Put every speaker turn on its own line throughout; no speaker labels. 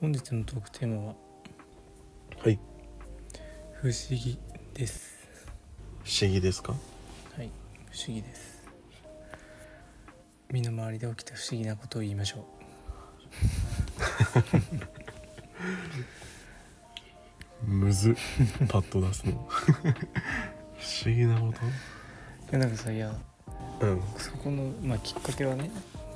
本日のトークテーマは
はい
不思議です
不思議ですか
はい不思議です身の回りで起きた不思議なことを言いましょう
むずパッと出すの不思議なこ
いやなんかさいや
とうん
そこの、まあ、きっかけはね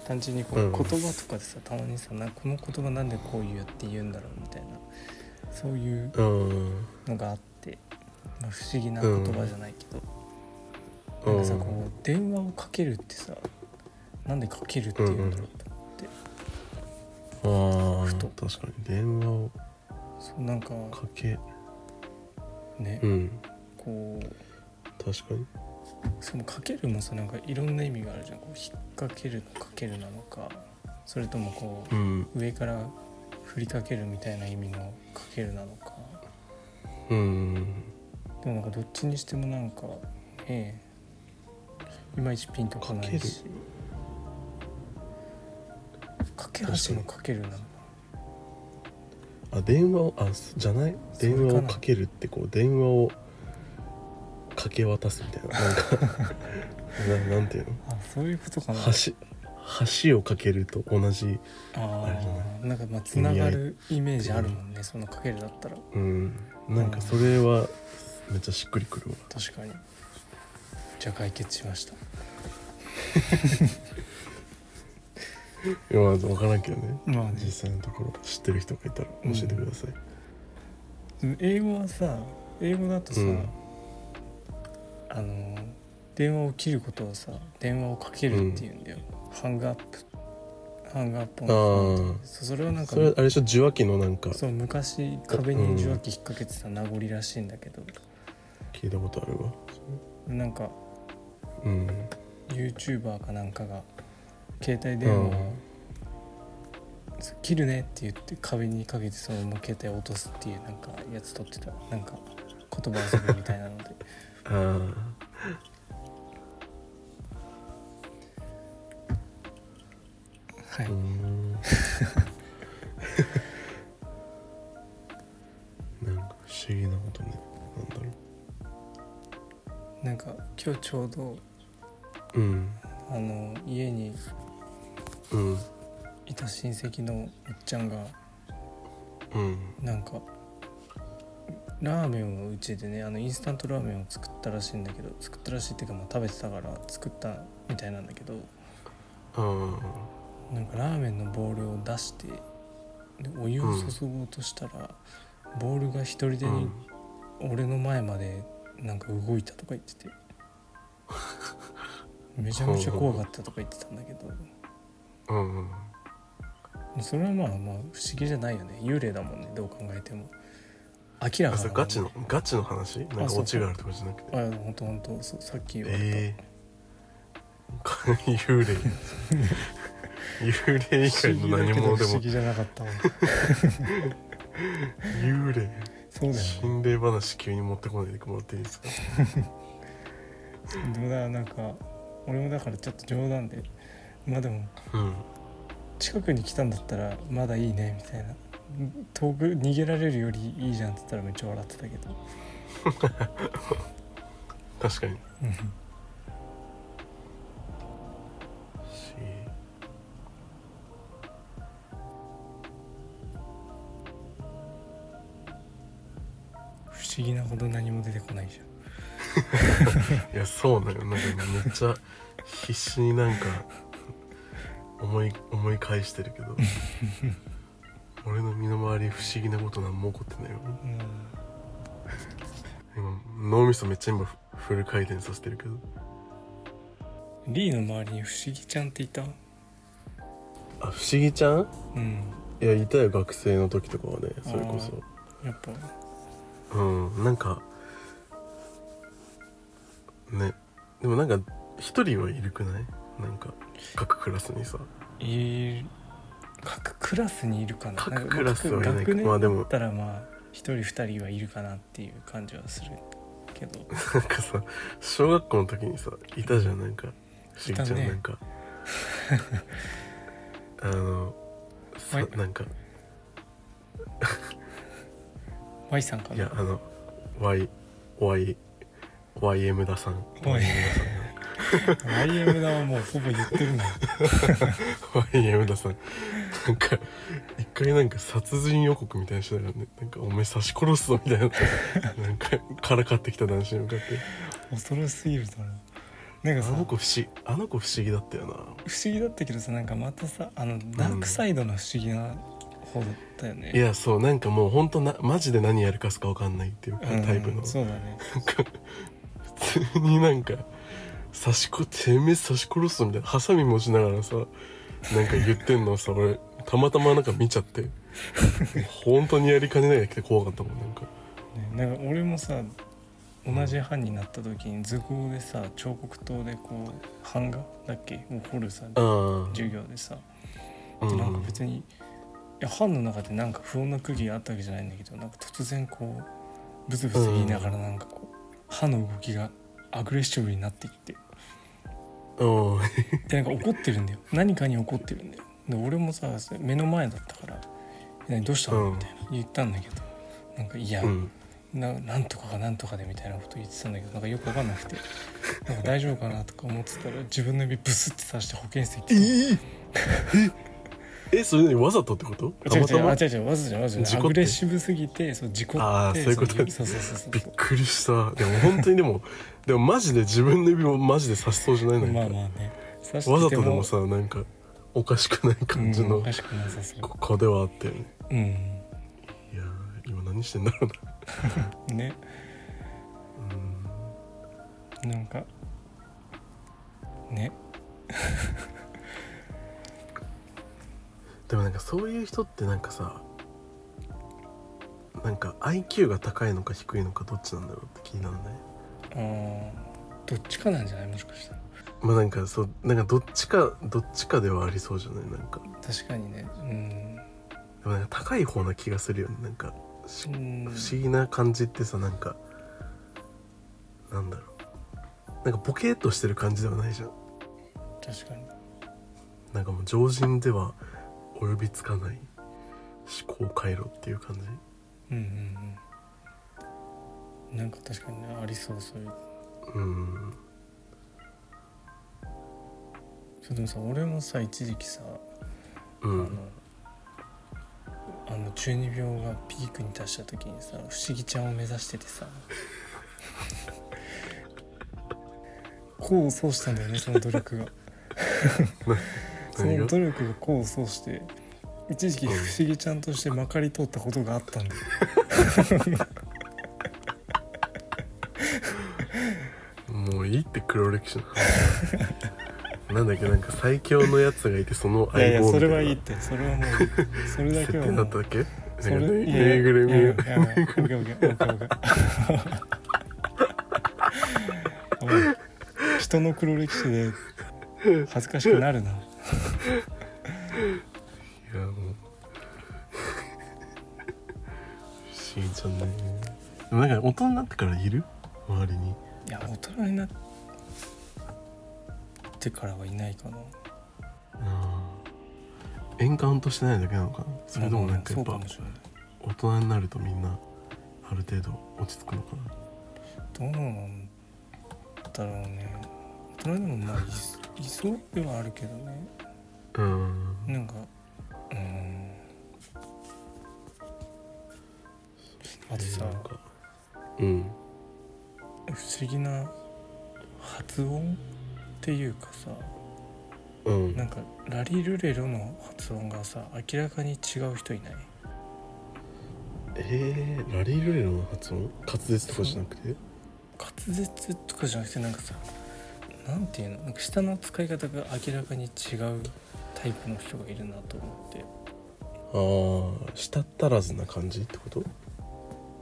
単純にこう、
うん
言葉とかでさたまにさなこの言葉なんでこういうって言うんだろうみたいなそういう
うん
のがあって、まあ、不思議な言葉じゃないけど、なんかさこう電話をかけるってさなんでかけるって言うんだろうと、
ああ
ふと
確かに電話を
そうなんか
かけ
ね、
うん
こう
確かに
そのかけるもさなんかいろんな意味があるじゃんこう引っ掛けるのかけるなのかそれともこ
うん
う上から振りかけるみたいな意味のかけるなのか
うん
でもなんかどっちにしてもなんかねいまいちピンとこないしかけ橋のかけるなのか
あ電話をあすじゃない
それか
電
な
話をかけるってこう電話をかけ渡すみたいななんか ななんていうの
あそういうことかな
橋橋をかけると同じあれじゃ
あー
な
なんかまあつながるイメージあるもんねそのかけるだったら
うんなんかそれはめっちゃしっくりくるわ
確かにじゃあ解決しました
いやまあ分からんけどね
まあね
実際のところ知ってる人がいたら教えてください、
英語はさ英語だとさ、
うん
あの電話を切ることをさ電話をかけるっていうんだよ、ハングアップハングアップ
あ
の
ー
そそれはなんか
それあれでしょ受話器のなんか
そう昔壁に受話器引っ掛けてた名残らしいんだけど、
聞いたことあるわ
なんか
うん
YouTuber かなんかが携帯電話を、
うん
そう切るねって言って壁にかけてそのまま携帯を落とすっていうなんかやつ撮ってたなんか言葉遊びみたいな ので
ああ
はいう
ーんなんか不思議なことねなんだろ
なんか今日ちょうど
ううん
あの家に
うん
いた親戚のおっちゃんが
うん
なんかラーメンをうちでねあのインスタントラーメンを作ったらしいんだけど作ったらしいっていうかまあ食べてたから作ったみたいなんだけど
あー
なんかラーメンのボールを出してでお湯を注ごうとしたら、ボールが一人で
う
に
ん
俺の前までなんか動いたとか言っててめちゃめちゃ怖かったとか言ってたんだけど。
うんうん
それはまあまあ不思議じゃないよね幽霊だもんねどう考えても明ら
あ
か
それ
な
ガチのガチの話な
あ
んか
そう
オチがあるとかじゃなくて
あほんとほんとそうさっき言われた、
ええー、幽霊幽霊以外の何
不思議だけど
者で
不思
も
議じゃなかったわ
幽霊
そうだよね
心霊話急に持ってこないでもらっていいですか
でもだなんか俺もだからちょっと冗談でまあでも
うん
近くに来たんだったらまだいいねみたいな遠く逃げられるよりいいじゃんって言ったらめっちゃ笑ってたけど
確かに
うん
し
不思議なほど何も出てこないじゃん
いやそうなのなんかめっちゃ必死になんか思い思い返してるけど俺の身の回り不思議なこと何も起こってないよ
うん
今脳みそめっちゃ今ふフル回転させてるけど
リーの周りに不思議ちゃんっていた
あ不思議ちゃん
うん
いやいたよ学生の時とかはねそれこそ
やっぱ
うんなんかねでもなんか一人はいるくないなんか各クラスにさ
いる各クラスにいるかななん
各
か
クラスはい
各
ない
学
か
年
まあで
だ
も
ったらまあ一人二人はいるかなっていう感じはするけ ど
なんかさ小学校の時にさいたじゃんなんかしんちゃ
いた
ん
ね
な んか、あのさ
はい
なんか
Y さんか
いや
な
あの YYYM 田さん
Y YM だはもうほぼ言ってるんだよ
YM 田さんなんか一回なんか殺人予告みたいにしてたからねなんかお前刺し殺すぞみたいななんかからかってきた男子に向かって
恐ろしすぎるだろなんか
あ
さ
の子不思あの子不思議だったよな
不思議だったけどさなんかまたさあのダークサイドの不思議な方だったよね、
いやそうなんかもうほんとなマジで何やるかすか分かんないっていうか
うん
タイプの、
そうだね
なんか普通になんか刺しこてめえ刺し殺すぞみたいなハサミ持ちながらさなんか言ってんのをさ俺たまたまなんか見ち ゃって本当にやりかねないやつで怖かったもんなんか
ねなんか俺もさ同じ班になった時に図工でさ彫刻刀でこう版画だっけを掘るさ
あ
授業でさ
あう
で
ん
なんか別にいや班の中でなんか不穏な空気があったわけじゃないんだけどなんか突然こうブツブツ言いながらなんかこう歯の動きがアグレッシブになってきて
うん
でなんか怒ってるんだよ何かに怒ってるんだよで俺もさ目の前だったから「何どうしたの?」みたいな言ったんだけどなんか「いや、
うん
ななんとかがなんとかで」みたいなこと言ってたんだけどなんかよくわかんなくてなんか大丈夫かなとか思ってたら自分の指ブスって刺して保健室行って
えそれ何わざとってことた
違う
また
違うあ違う違う
ま
わざじゃないわざじ
事
ゃ
故
ないア
って
グレッシブすぎてそう事故って
あーそういうこと
そうそうそうそう
びっ
そう
くりしたでも本当にでもでもマジで自分の指もマジで刺しそうじゃないの
まあまあね刺
わざとでもさなんかおかしくない感じ
うん、
の
おかしくなさそう
ここではあったよね
うん
いやー今何してんだろう
ね
なうん
なんかね
でもなんかそういう人ってなんかさなんか IQ が高いのか低いのかどっちなんだろうって気にならない
あーどっちかなんじゃないもしかしたら
まあなんかそうなんかどっちかどっちかではありそうじゃないなんか
確かにねうん
でもなんか高い方な気がするよねなんかし
う
不
ん
思議な感じってさなんかなんだろうなんかボケーっとしてる感じではないじゃん
確かに
なんかもう常人では及びつかない思考回路っていう感じ
うんうんうんなんか確かにねありそうそういう
うん
そうでもさ俺もさ一時期さ、
う
あ
ん
のあの中二病がピークに達した時にさ不思議ちゃんを目指してて さ功を奏したんだよねその努力がそ
何
の
が
努力が功を奏して一時期不思議ちゃんとしてまかり通ったことがあったんだよ
もういいって黒歴史の話 なんだっけなんか最強のやつがいてその
いやいや
相棒
そ
みた
れ
いな
はいいってそれはもうそれだ
設
けは
定
も
だっ
う
たっけ
そ
な
れ
んかね
いやいや
ぬいぐるみ
いやいや
を
いやいやオッケーオッケーオッケーオッケーおい人の黒歴史で恥ずかしくなるな。
いやもう しんちゃんねでもなんか大人になってからいる周りに
いや大人になってからはいないかな。
うんエンカウントしてないだけなのかなそれともなんかや
そ
っ
うか
ぱ
もしれない。
大人になるとみんなある程度落ち着くのかな
どうなんだろうね。大人でもまあいすいそうではあるけどね。
うん
なんかうん。あとさ。
なんかうん
不思議な発音っていうかさ
うん
なんかラリルレロの発音がさ明らかに違う人いない
えー、ラリールレロの発音滑舌とかじゃなくて
滑舌とかじゃなくてなんかさなんていうのなんか舌の使い方が明らかに違うタイプの人がいるなと思って
ああ舌足らずな感じってこと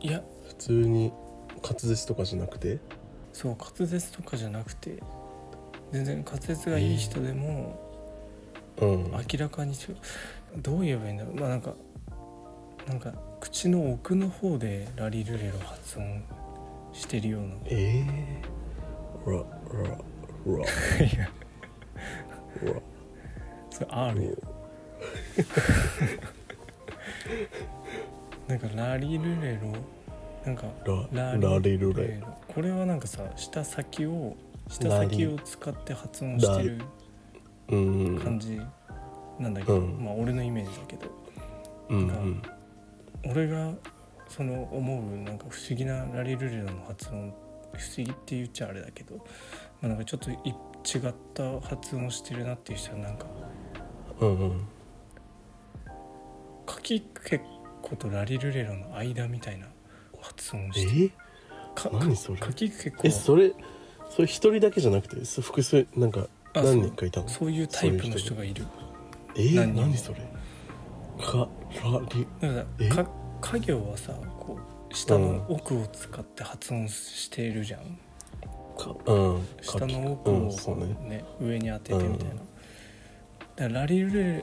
いや
普通に滑舌とかじゃなくて
そう滑舌とかじゃなくて全然滑舌がいい人でも
うんあ
明らかに違うどう言えばいいんだろうまあなんかなんか口の奥の方でラリルレロ発音してるような
ええー、ラララ
いや
ラ
それ R よなんかラリルレロなんか
ララリルレ
ロこれはなんかさ舌先を舌先を使って発音してる
うん
感じなんだけど、
うん
まあ俺のイメージだけど
うんうん
俺がその思うなんか不思議なラリルレロの発音不思議って言っちゃあれだけど、まあ、なんかちょっとい違った発音してるなっていう人はなんか
うんうん
かきけっことラリルレロの間みたいな発音を
え
してか
ー、何それ
かきけっこ
えそれそれ一人だけじゃなくてそ複数なんか
あ
何人かいたの
そういうタイプの人がいる
えー、
何人
何
も
それかラリ
だから
え
か家業はさこう下の奥を使って発音してるじゃん、
かうん
下の奥
うん
を
そうね
ね、上に当ててみたいな、
うん
だからラリル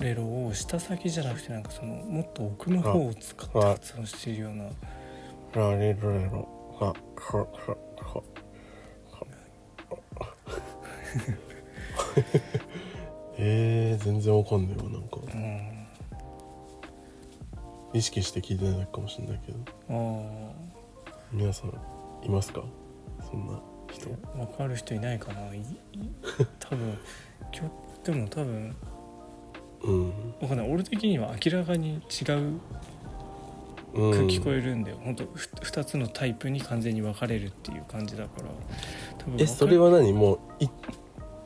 レロを下先じゃなくてなんかそのもっと奥の方を使って発音しているような
ラリルレロかかかかえー、全然わかんないわなんか
うん
意識して聞いてないだけかもしれないけど
あ
皆さんいますかそんな人
あ分かる人いないかない い多分今日でも多分
うん
わかんない俺的には明らかに違う
う
く
ん
聞こえるんだよ、本当ふ2つのタイプに完全に分かれるっていう感じだから多分分か
え
る
それは何もうい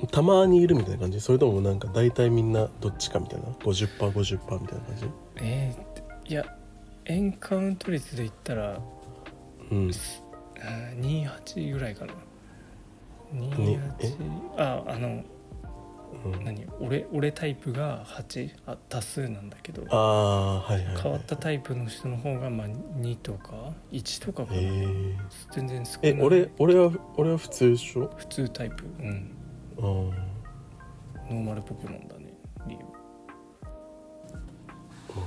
たまにいるみたいな感じそれともなんか大体みんなどっちかみたいな 50%50% みたいな感じ
えーいやエンカウント率で言ったら
うん
あー28ぐらいかな
にえ
28ああの
うん、
何俺俺タイプが8あ多数なんだけど
ああはいはい、はい、
変わったタイプの人の方がまあ2とか1とかか
え
な、
ー、
全然少ない
え俺俺は俺は普通でしょ
普通タイプうん
あー
ノーマルポケモンだね理由
あ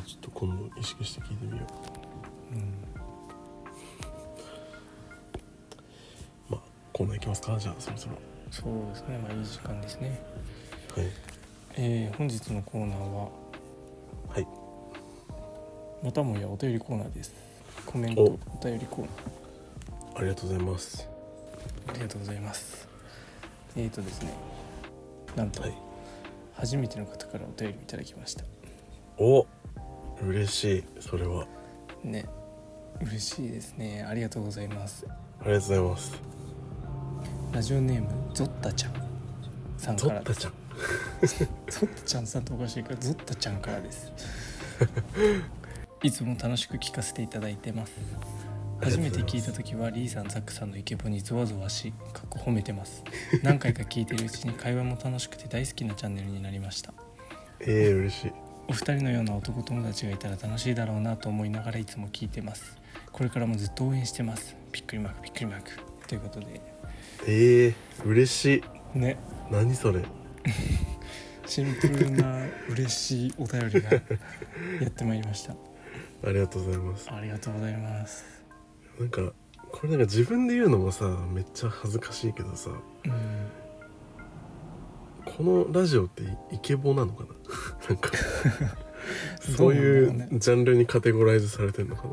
ちょっと今度意識して聞いてみよう
うん
まあコーナーいきますかじゃあそろそろ
そうですねまあいい時間ですね
はい
えー本日のコーナーは
はい
またもやお便りコーナーですコメン
お
トお便りコーナー
ありがとうございます
ありがとうございます。えーとですね、なんと
はい
初めての方からお便りいただきました。
お嬉しいそれは
ね、嬉しいですね。ありがとうございます。
ありがとうございます
ラジオネームゾッタちゃんさん
ゾ
から
ッ
で
タ
す。
ちゃん
ゾッタちゃんさんとおかしいからゾッタちゃんから です。いつも楽しく聞かせていただいてます。初めて聞いた時はリーさんザックさんのイケボにゾワゾワしかっこ褒めてます何回か聞いてるうちに会話も楽しくて大好きなチャンネルになりました
えー、嬉しい
お二人のような男友達がいたら楽しいだろうなと思いながらいつも聞いてますこれからもずっと応援してますびっくりマークびっくりマークということで
えー、嬉しい
ね
何それ
シンプルな嬉しいお便 りがやってまいりました
ありがとうございます
ありがとうございます
なんかこれなんか自分で言うのもさめっちゃ恥ずかしいけどさ
うん
このラジオってイケボなのかななん か
ど
そうう
ないんだろうね
うジャンルにカテゴライズされてるのかな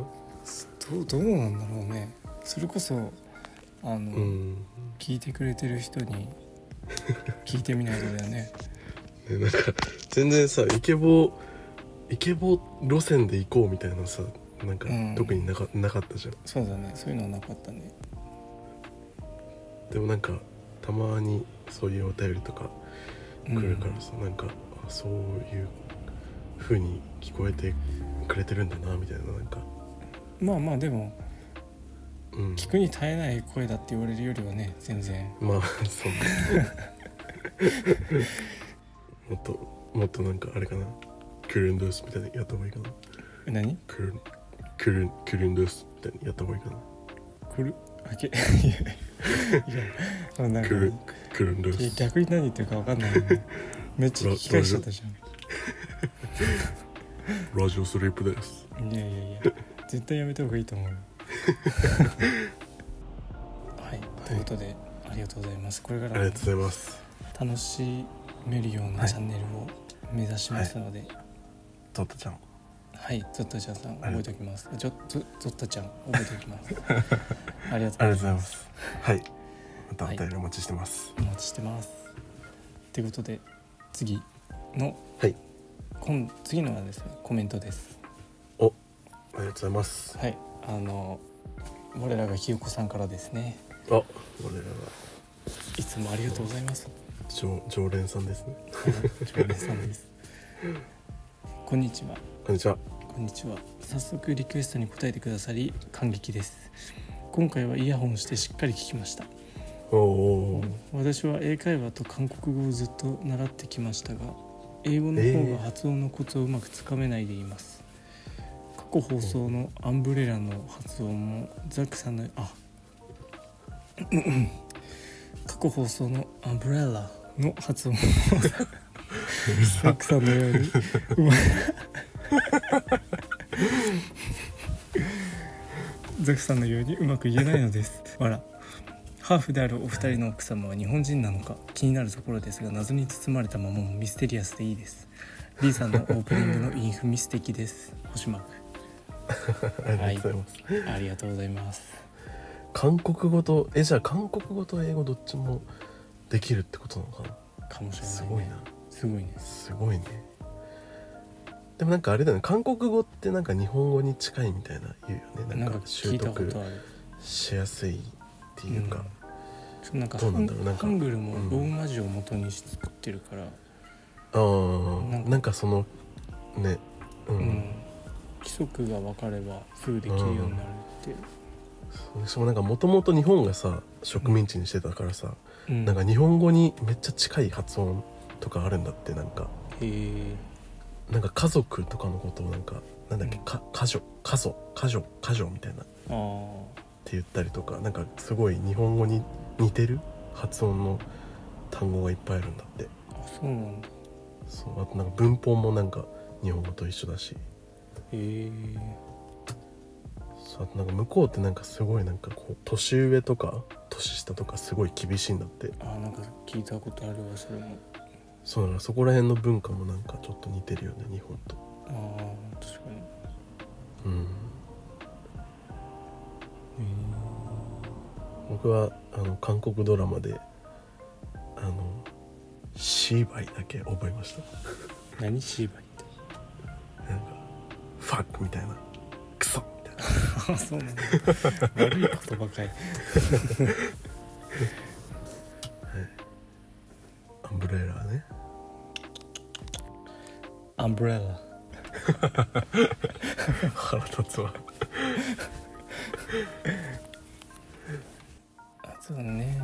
どうどうなんだろうねそれこそあの、
うん、
聞いてくれてる人に聞いてみないとだよね
ね、なんか全然さイケボイケボ路線で行こうみたいなさなんか
うん
特になか,、なかったじゃん
そうだねそういうのはなかったね
でもなんかたまにそういうお便りとか来るからさ、なんかあそういう風に聞こえてくれてるんだなみたいななんか
まあまあでも
うん
聞くに耐えない声だって言われるよりはね全然
まあそうねもっともっとなんかあれかなクルンドゥースみたいなのやった方がいいかな
何
クルンクルンクルンドゥースみたいなのやった方がいいかな
くるあけ いやいやあのなんか
くるクルンドゥース
逆に何言ってるか分かん ないもんめっちゃ聞き返しちゃったじ
ラジオスリープです
ゃんいやいやいや絶対やめた方がいい と思うよはいということで、ありがとうございますこれか
ありが
ら
とうございます
楽しめるよう
は
ないチャンネルを目指しますので
トットちゃん
はい、ゾッタちゃんさん
あ
覚え
りが
ておきますゾゾゾッタちゃん覚えておきます ありがとうございます
ありがとうございますはいまたお
はい
便りお待ちしてます、
お待ちしてます。ということで次の、
はい
今次のはですねコメントです。
ありがとうございます
はいあの我らがひよこさんからですね
あ我らが
いつもありがとうございます。
常常連さんですね
常連さんです。 こんにちは。
こんにちは
こんにちは早速リクエストに答えてくださり感激です今回はイヤホンしてしっかり聞きました
おーおー
私は英会話と韓国語をずっと習ってきましたが英語の方が発音のコツをうまくつかめないでいます、過去放送のアンブレラの発音もザックさんのあ過去放送のアンブレラの発音もザックさんのようにうまいザックさんのようにうまく言えないのです笑ハーフであるお二人の奥様は日本人なのか気になるところですが謎に包まれたままもミステリアスでいいです。リーさんのオープニングのインフミ素敵です。星マー
ありがとうございます、
クありがとうございます。
韓国語とえじゃあ韓国語と英語どっちもできるってことなのかな
かもしれない、ね。
すごいな。
すごいね。
すごいねでもなんかあれだよね韓国語ってなんか日本語に近いみたいな言うよね
な
なんん
か
か
聞
習
いたこと
得
ある。
しやすいっていうか、
ちょっとなんか
どうなんだろ
ハ
う
ン
なんか
ハングルも
うん
ローマ字を元にし作ってるから、
ああ
な
なんん
か
かそのねうん、
うん規則が分かればすぐできるようになるっていう。
しかもなんかもともと日本がさ植民地にしてたからさ、
うん
なんか日本語にめっちゃ近い発音とかあるんだってなんか
へえ
なんか家族とかのことをなんかなんだっけ、
うん
か家族家族家族家族みたい
あ
な
あ
って言ったりとかなんかすごい日本語に似てる発音の単語がいっぱいあるんだって
あそうなんだ。
そうあとなんか文法もなんか日本語と一緒だし
へえ
そうあとなんか向こうってなんかすごいなんかこう年上とか年下とかすごい厳しいんだって
あなんか聞いたことあるわそれも。
そうだからそこら辺の文化もなんかちょっと似てるよね日本と
ああ確かに。
うん
へえ
僕はあの韓国ドラマであの芝居だけ覚えました
何芝居っ
なんかファックみたいなクソみたいな
てあそうなんだ悪い言葉かい
アンブレラね
アンブレラ
腹立つわ
あそうだね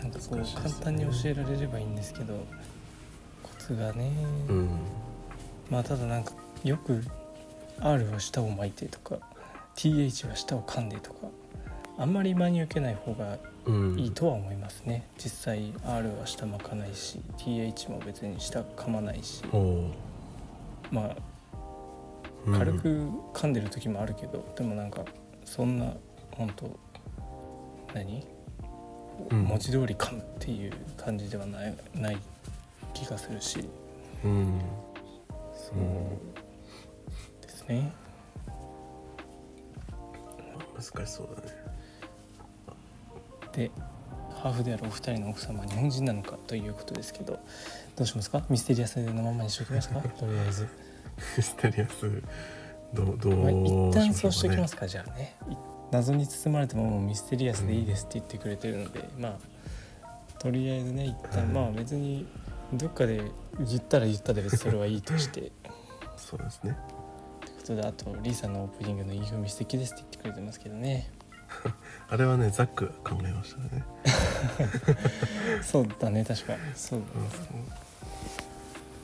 なんかこ
難しいうです
簡
ね
単に教えられればいいんですけどコツがね、
うん
まあただなんかよく R は舌を巻いてとか TH は舌を噛んでとかあんまり真に受けない方が
うん
いいとは思いますね、実際 R は舌巻かないし TH も別に舌噛まないし、
お
まあ
う
軽く噛んでる時もあるけど、でもなんかそんな本当何、
うん
文字通り噛むっていう感じではないない気がするし
うん
そううんですね、
難しそうだね
でハーフであるお二人の奥様は日本人なのかということですけどどうしますかミステリアスのままにしておきますか とりあえず、
ミステリアスどうど
まあ、一
う
旦そうしておきますすかじゃあねい謎に包まれたままミステリアスでいいですって言ってくれてるので、まあとりあえずね一旦、
うん
まあ別にどっかで言ったら言ったで別にそれはいいとしてって
そうですね
ことであとリーさんのオープニングの「インフミ素敵です」って言ってくれてますけどね
あれはねザックが考えましたね、
そうだね確かそう
うん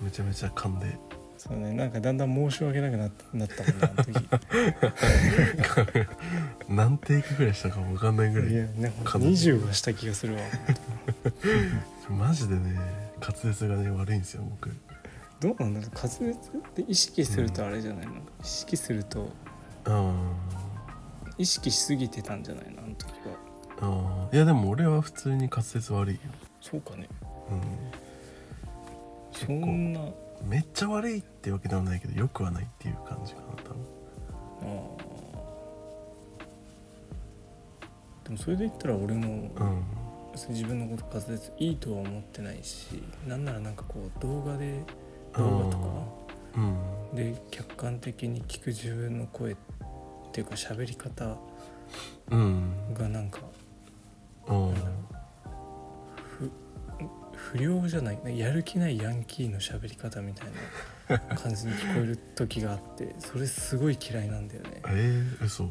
めちゃめちゃ噛んで
そうねなんかだんだん申し訳なくなっなったもんなあの時
何テイクぐらいしたか分かんない ぐ
い
らい
やなんか
かなり
20はした気がするわ
マジでね滑舌がね悪いんですよ僕
どうなんだろう滑舌って意識するとあれじゃないの、意識すると
あ
意識しすぎてたんじゃないのあの時は
ーあーいやでも俺は普通に滑舌悪いよ、
そうかね
う
そんなあ
ん、めっちゃ悪いってわけではないけどよくはないっていう感じかな多分
あでもそれで言ったら俺も
うん
自分のこと滑舌いいとは思ってないしなんならなんかこう動画で
あ
動画と
ーうん
かで客観的に聞く自分の声っていうか喋り方
うん
がなんか
あー
不良じゃないやる気ないヤンキーの喋り方みたいな感じに聞こえる時があってそれすごい嫌いなんだよね
えー、嘘
そ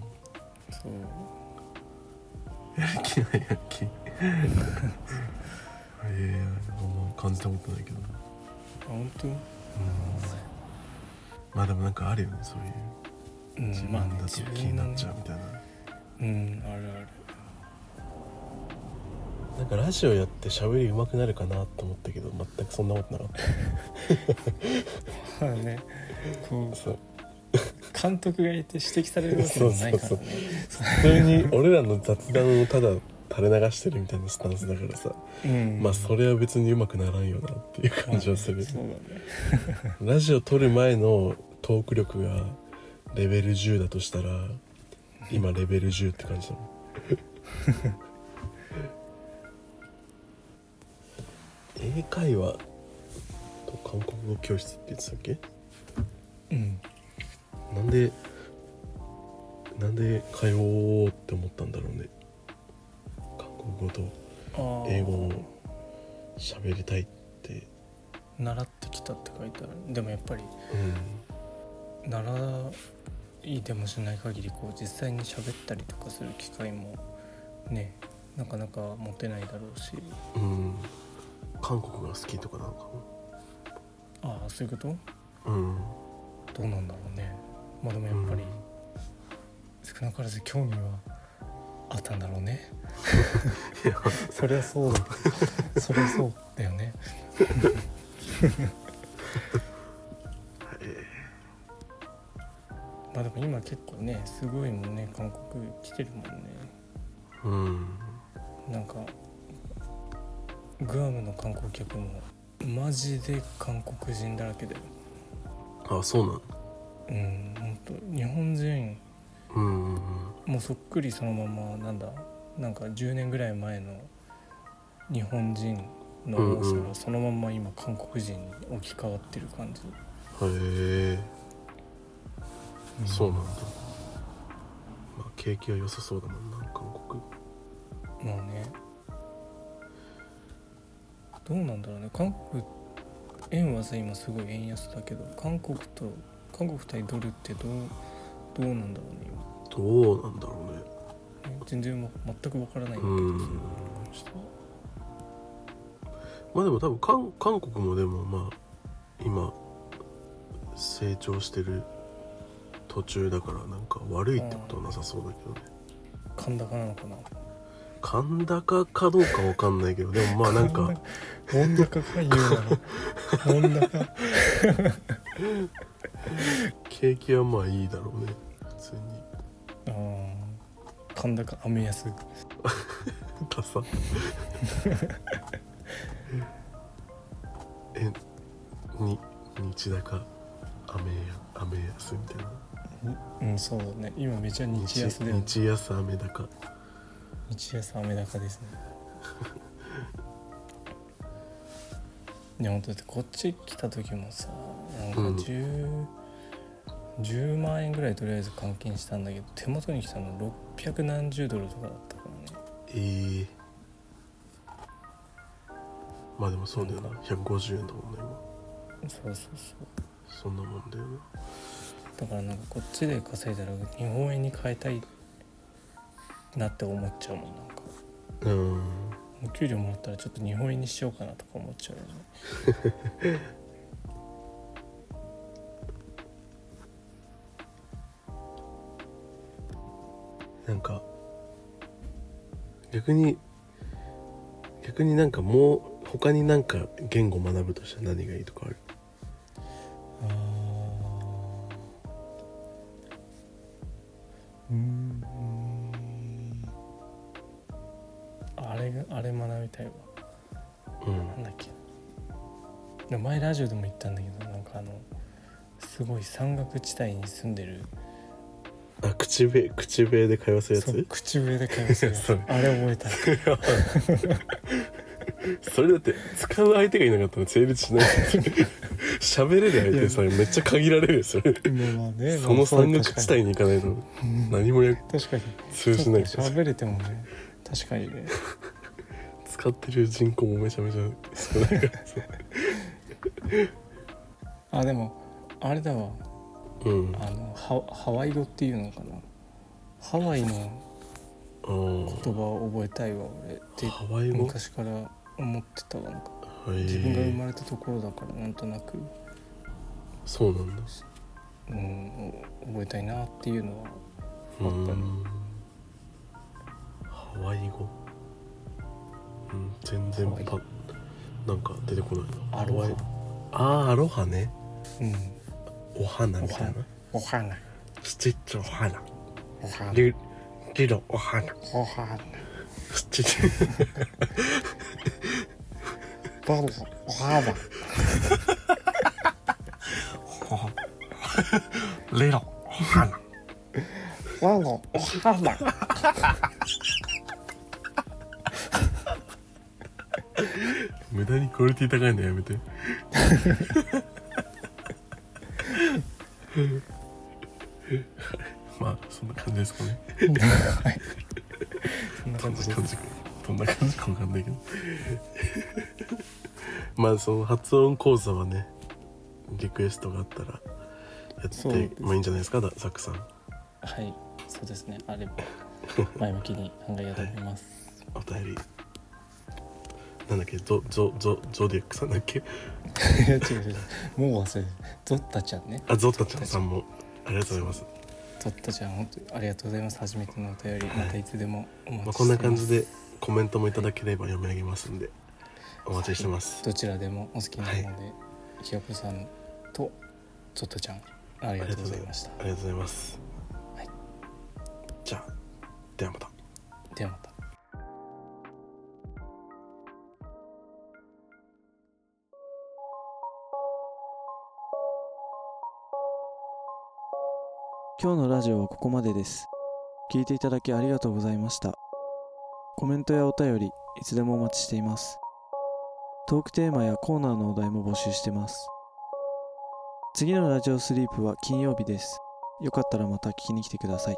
う
やる気ないやる気 えー、あんま感じたことないけど、うん、
あ本当
まあでもなんかあるよねそうい
う
う
ん
自分
まあね
だと
自分の
気になっちゃうみたいな、
うんあるある
なんかラジオやって喋り上手くなるかなと思ったけど全くそんなことなかっ
まあねこ
たそう
う監督がいて指摘されるわけでもないから
そう
ね
そう普通に俺らの雑談をただ垂れ流してるみたいなスタンスだからさ
うん
まあそれは別に上手くならんよなっていう感じはする
そうだね
ラジオ撮る前のトーク力がレベル10だとしたら今レベル10って感じだもん英会話と韓国語教室って言ってたっけ
うん
なんでなんで通おうって思ったんだろうね韓国語と
あー
英語を喋りたいって
習ってきたって書いてあるでもやっぱり
うん
習いでもしない限りこう実際に喋ったりとかする機会もねなかなか持てないだろうし
うん韓国が好きとかなのか
ああそういうこと
なうん
どうなんだろうねまあでもやっぱり
うん
少なからず興味はあったんだろうね
いや
そりゃそうだそりゃそうだよねまあでも今結構ねすごいもんね韓国来てるもんね
うん
なんかグアムの観光客もマジで韓国人だらけで
あそうなの
うん本当日本人
うんうん
もうそっくりそのままなんだなんか10年ぐらい前の日本人の多さ
うんう
がそのまま今韓国人に置き換わってる感じ、
うんへえそうなんだまあ景気は良さそうだもんな韓国
まあねどうなんだろうね韓国円はさ今すごい円安だけど韓国と韓国対ドルってどうどうなんだろうね
どうなんだろうね
今ね全然わ全くわからないんだけ
う
ど、
ん
ちょっ
まあでも多分韓韓国もでもまあ今成長してる途中だからなんか悪いってことはなさそうだけどね
と甲高なのかな
甲高かどうかわかんないけどでもまあなんか
門高か言うなら門高
景気はまあいいだろうね普通に
あー甲高雨安
ダサえに日高雨雨安みたいな
うんそうだね今めちゃ日安で
日安雨高
日安雨高です ねいや本当だってこっち来た時もさなんか
うん
10、10万円ぐらいとりあえず換金したんだけど手元に来たの6何十ドルとかだったからね
えー、まあでもそうだよな
なん
150円だもんね今
そうそうそう
そんなもんだよね
だからなんかこっちで稼いだら日本円に変えたいなって思っちゃうもんなんか
うん
お給料もらったらちょっと日本円にしようかなとか思っちゃうよね
なんか逆に逆になんかもう他になんか言語学ぶとしたら何がいいとかある
うんあれがあれ学びたいわ
うん
なんだっけでも前ラジオでも言ったんだけどなんかあのすごい山岳地帯に住んでる
あ口笛口笛で会話するや
そう
つ
口笛で会話するやつ
そう
あれ覚えた
それだって使う相手がいなかったら成立しない喋れる相手さめっちゃ限られるよそれ
まあね
その山岳地帯に行かないと何もや
確かに
通じないか
そう
ら
喋れてもね確かにね
使ってる人口もめちゃめちゃ少ないからさ
あでもあれだわ
うん
あのハハワイ語っていうのかなハワイの
うん
言葉を覚えたいわ俺って
ハワイ語
昔から思ってたわなんか
へえ
自分が生まれたところだからなんとなく、
そうなんだ
うん、覚えたいなっていうのは
う
あったね
んハワイ語うん全然
ハワイ
パッなんか出てこないな
アロハ
ハワイあーアロハね
うん
お花みたいな
お花
スティッチお花
お花
リリロお花
お花
スティッチ
バルお花
リロお花
バルお花
無駄にクオリティ高いのや めてまあそんな感じですかね
そんな
ど
感
んな
じで
感
す
じかどんな感じかわかんないけど まあその発音講座はねリクエストがあったらや
そう
っ
で
て
す
まあいいんじゃないですかだザックさん
はいそうですね あれば前向きに考えようと思い ます
お便りなんだっけゾゾゾゾディックさんだっけ
いや違う違うもう忘れてゾッタちゃんね
あゾッタちゃんさんもありがとうございます、
ゾッタちゃん本当にありがとうございます初めてのお便りまたいつでもお
まあ、
待ちしてます
こんな感じでコメントもいただければ読み上げますんでお待ちしてます、
どちらでもお好きなので、
は
ひよこさんとゾッタちゃんありがとうございました
ありがとうございます、
はい
じゃあではまた
ではまた
今日のラジオはここまでです聞いていただきありがとうございましたコメントやお便りいつでもお待ちしていますトークテーマやコーナーのお題も募集してます次のラジオスリープは金曜日ですよかったらまた聞きに来てください